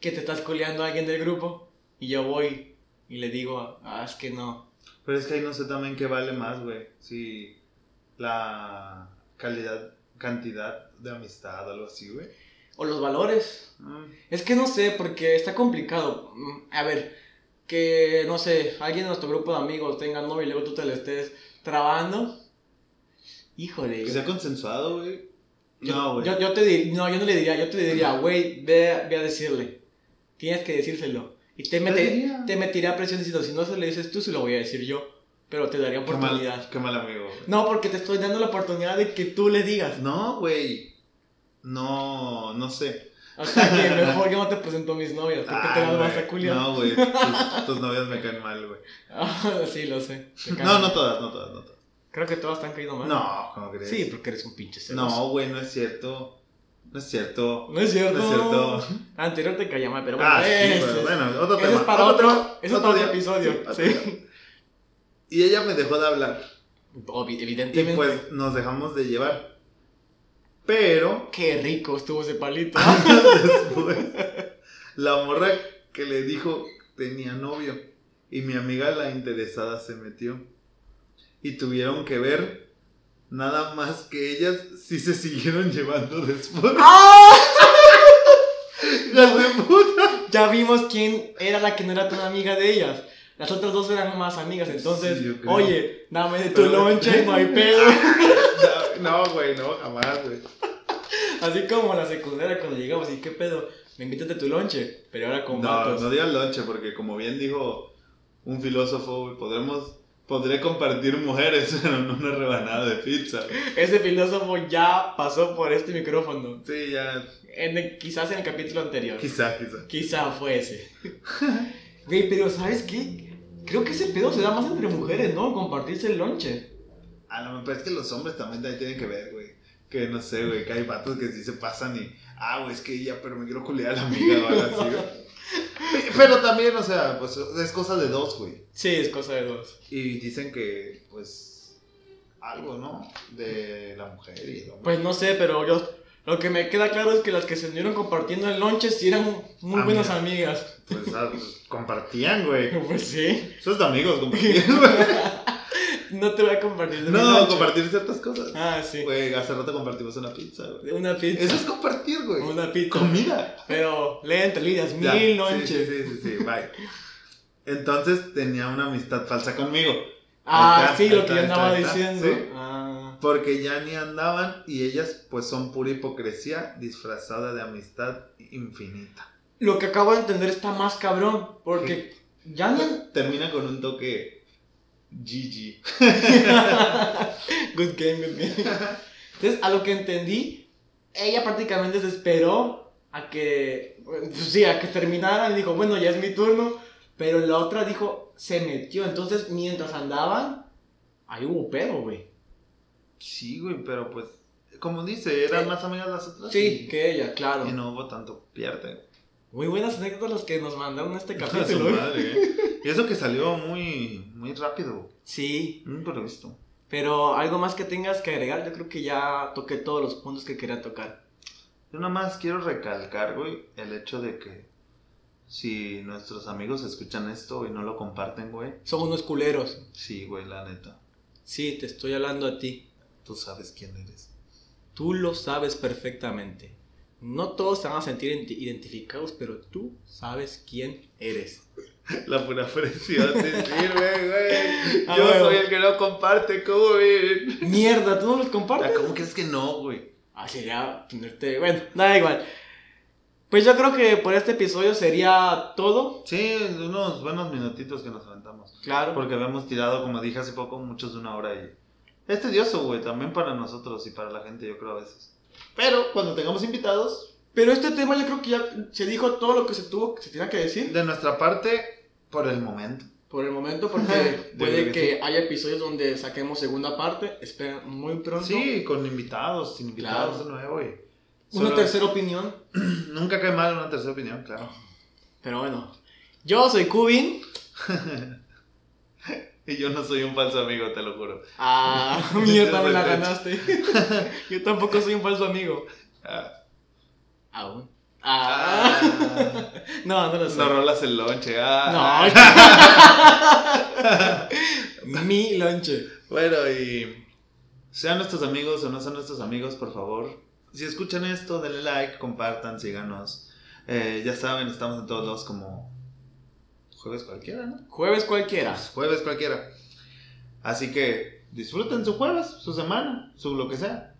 S1: que te estás coleando a alguien del grupo y yo voy y le digo, ah, es que no.
S2: Pero es que ahí no sé también qué vale más, güey. Si la calidad, cantidad de amistad o algo así, güey.
S1: O los valores.
S2: Mm.
S1: Es que no sé, porque está complicado. Mm, A ver, que no sé, alguien de nuestro grupo de amigos tenga novio y luego tú te le estés trabando. Híjole.
S2: Que
S1: yo-
S2: sea consensuado, güey.
S1: yo-
S2: No, güey.
S1: Yo, yo te dir- no, yo no le diría, yo te diría, güey, ve, ve a decirle. Tienes que decírselo. Y te, mete-
S2: diría.
S1: te metería presión diciendo, si no se le dices tú, se lo voy a decir yo. Pero te daría
S2: Qué mal,
S1: oportunidad.
S2: qué mal amigo, güey.
S1: No, porque te estoy dando la oportunidad de que tú le digas.
S2: No, güey. No, no sé.
S1: O sea, que mejor yo no te presento a mis novias, porque te
S2: Ah,
S1: las vas
S2: güey,
S1: a culiar.
S2: No, güey. Tus, tus novias me caen mal, güey.
S1: Ah, sí, lo sé. Te
S2: No,
S1: cagan.
S2: no todas, no todas, no todas.
S1: Creo que todas te han caído mal.
S2: No, ¿cómo crees?
S1: Sí, porque eres un pinche celoso.
S2: No, güey, no es cierto. No es cierto.
S1: No es cierto.
S2: No es cierto.
S1: Anterior te caía mal, pero bueno.
S2: Ah, sí,
S1: ese
S2: pero
S1: es-
S2: bueno, otro
S1: ese
S2: tema.
S1: es para otro, ese es
S2: otro
S1: para otro
S2: día.
S1: episodio.
S2: otro
S1: Sí.
S2: día. Y ella me dejó de hablar.
S1: Obvi-
S2: Y
S1: evidentemente.
S2: pues nos dejamos de llevar. Pero,
S1: Qué rico estuvo ese palito.
S2: después, la morra que le dijo tenía novio. Y mi amiga la interesada se metió. Y tuvieron que ver. Nada más que ellas sí se siguieron llevando después.
S1: ¡Ah!
S2: Las de puta.
S1: Ya vimos quién era la que no era tan amiga de ellas. Las otras dos eran más amigas, entonces,
S2: Sí, yo creo.
S1: oye, dame de tu
S2: Pero-
S1: lonche, no hay pedo.
S2: No, no, güey, no, jamás, güey.
S1: Así como en la secundaria cuando llegamos, y qué pedo, me invitas de tu lonche, pero ahora con
S2: No,
S1: vatos.
S2: no digas lonche, porque como bien dijo un filósofo, güey, podremos, podré compartir mujeres, pero no una rebanada de pizza. güey.
S1: Ese filósofo ya pasó por este micrófono.
S2: Sí, ya,
S1: En el- quizás en el capítulo anterior.
S2: quizá, quizá.
S1: Quizá fue ese. Güey, pero ¿sabes qué? Creo que ese pedo se da más entre mujeres, ¿no? Compartirse el lonche.
S2: A lo mejor es que los hombres también ahí tienen que ver, güey. Que no sé, güey, que hay vatos que sí se pasan y, ah, güey, es que ya, pero me quiero culiar a la amiga o algo así, güey. Pero también, o sea, pues es cosa de dos, güey.
S1: Sí, es cosa de dos.
S2: Y dicen que, pues, algo, ¿no? De la mujer y el hombre.
S1: Pues no sé, pero yo. Lo que me queda claro es que las que se anduvieron compartiendo el lonche sí eran muy
S2: Amigas.
S1: buenas amigas.
S2: Pues, ah, pues, compartían, güey.
S1: Pues sí.
S2: Eso es de amigos, compartían, güey.
S1: No te voy a compartir. de mi
S2: No,
S1: noche.
S2: compartir ciertas cosas.
S1: Ah, sí.
S2: Güey, hace rato compartimos una pizza, güey.
S1: Una pizza.
S2: Eso es compartir, güey.
S1: Una pizza.
S2: Comida.
S1: Pero lee entre líneas,
S2: Ya,
S1: mil
S2: sí,
S1: noches.
S2: Sí, sí, sí, sí, bye. Entonces tenía una amistad falsa conmigo.
S1: Ah,
S2: Ahí está,
S1: sí,
S2: ahí
S1: lo
S2: está,
S1: que yo
S2: ahí está,
S1: andaba
S2: ahí está.
S1: diciendo.
S2: Sí.
S1: Ah.
S2: Porque ya ni andaban y ellas pues son pura hipocresía disfrazada de amistad infinita.
S1: Lo que acabo de entender está más cabrón. Porque ya no.
S2: Termina con un toque GG.
S1: Good game, good game. Entonces, a lo que entendí, ella prácticamente se esperó a que. pues, Sí, a que terminaran y dijo, bueno, ya es mi turno. Pero la otra dijo, se metió. Entonces, mientras andaban, ahí hubo pedo, güey.
S2: Sí, güey, pero pues como dice, eran más amigas las otras.
S1: Sí,
S2: y-
S1: que ella, claro.
S2: Y no hubo tanto pierde.
S1: Muy buenas anécdotas las que nos mandaron este
S2: Su
S1: capítulo. ¿eh?
S2: madre, eh. Y eso que salió muy, muy rápido,
S1: Sí,
S2: muy imprevisto.
S1: pero algo más que tengas que agregar, yo creo que ya toqué todos los puntos que quería tocar.
S2: Yo nada más quiero recalcar, güey, el hecho de que si nuestros amigos escuchan esto y no lo comparten, güey,
S1: Son unos culeros.
S2: sí, güey, la neta,
S1: Sí, te estoy hablando a ti.
S2: tú sabes quién eres.
S1: Tú lo sabes perfectamente. No todos se van a sentir identi- identificados, pero tú sabes quién eres.
S2: La pura presión te sirve, güey.
S1: Ah,
S2: Yo
S1: bueno.
S2: soy el que no comparte, ¿cómo, güey?
S1: Mierda, tú no los compartes.
S2: Ah, ¿Cómo crees que no, güey?
S1: Ah, sería ponerte. Bueno, da igual. Pues yo creo que por este episodio sería todo.
S2: Sí, unos buenos minutitos que nos aventamos.
S1: Claro.
S2: Porque habíamos tirado, como dije hace poco, muchos de una hora y... Es tedioso, güey, también para nosotros y para la gente, yo creo, a veces. Pero cuando tengamos invitados,
S1: Pero este tema yo creo que ya se dijo todo lo que se tuvo, se tenía que decir.
S2: De nuestra parte, por el momento.
S1: Por el momento, porque
S2: Ajá.
S1: puede
S2: Debería
S1: que haya episodios donde saquemos segunda parte. Espera, muy pronto.
S2: Sí, con invitados, sin invitados
S1: Claro.
S2: de nuevo. Y
S1: Una
S2: solo-
S1: tercera opinión.
S2: Nunca cae mal una tercera opinión, claro.
S1: Pero bueno. Yo soy Cubin.
S2: Y yo no soy un falso amigo, te lo juro.
S1: Ah, mierda, me
S2: Yo soy
S1: la
S2: Tacho.
S1: ganaste. Yo tampoco soy un falso amigo.
S2: Ah.
S1: Aún. Ah. No, no lo
S2: no
S1: soy.
S2: rolas el lonche. ah.
S1: No. Mi lonche.
S2: Bueno, y sean nuestros amigos o no sean nuestros amigos, por favor. Si escuchan esto, denle like, compartan, síganos. Eh, ya saben, estamos en todos lados como jueves cualquiera, ¿no?
S1: Jueves cualquiera.
S2: Pues, Jueves cualquiera. Así que disfruten su jueves, su semana, su lo que sea.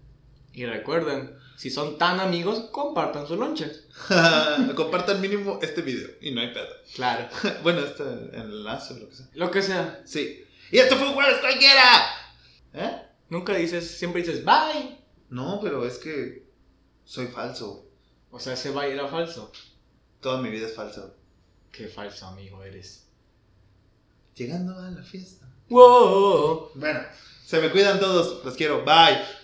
S1: Y recuerden, si son tan amigos, compartan su lonche.
S2: Compartan mínimo este video y no hay pedo.
S1: Claro.
S2: Bueno, este enlace o lo que sea.
S1: Lo que sea.
S2: Sí. Y esto fue un jueves cualquiera. ¿Eh?
S1: Nunca dices, siempre dices bye.
S2: No, pero es que soy falso.
S1: O sea, ese bye era falso.
S2: Toda mi vida es falso.
S1: Qué falso amigo eres.
S2: Llegando a la fiesta.
S1: Whoa.
S2: Bueno, se me cuidan todos. Los quiero. Bye.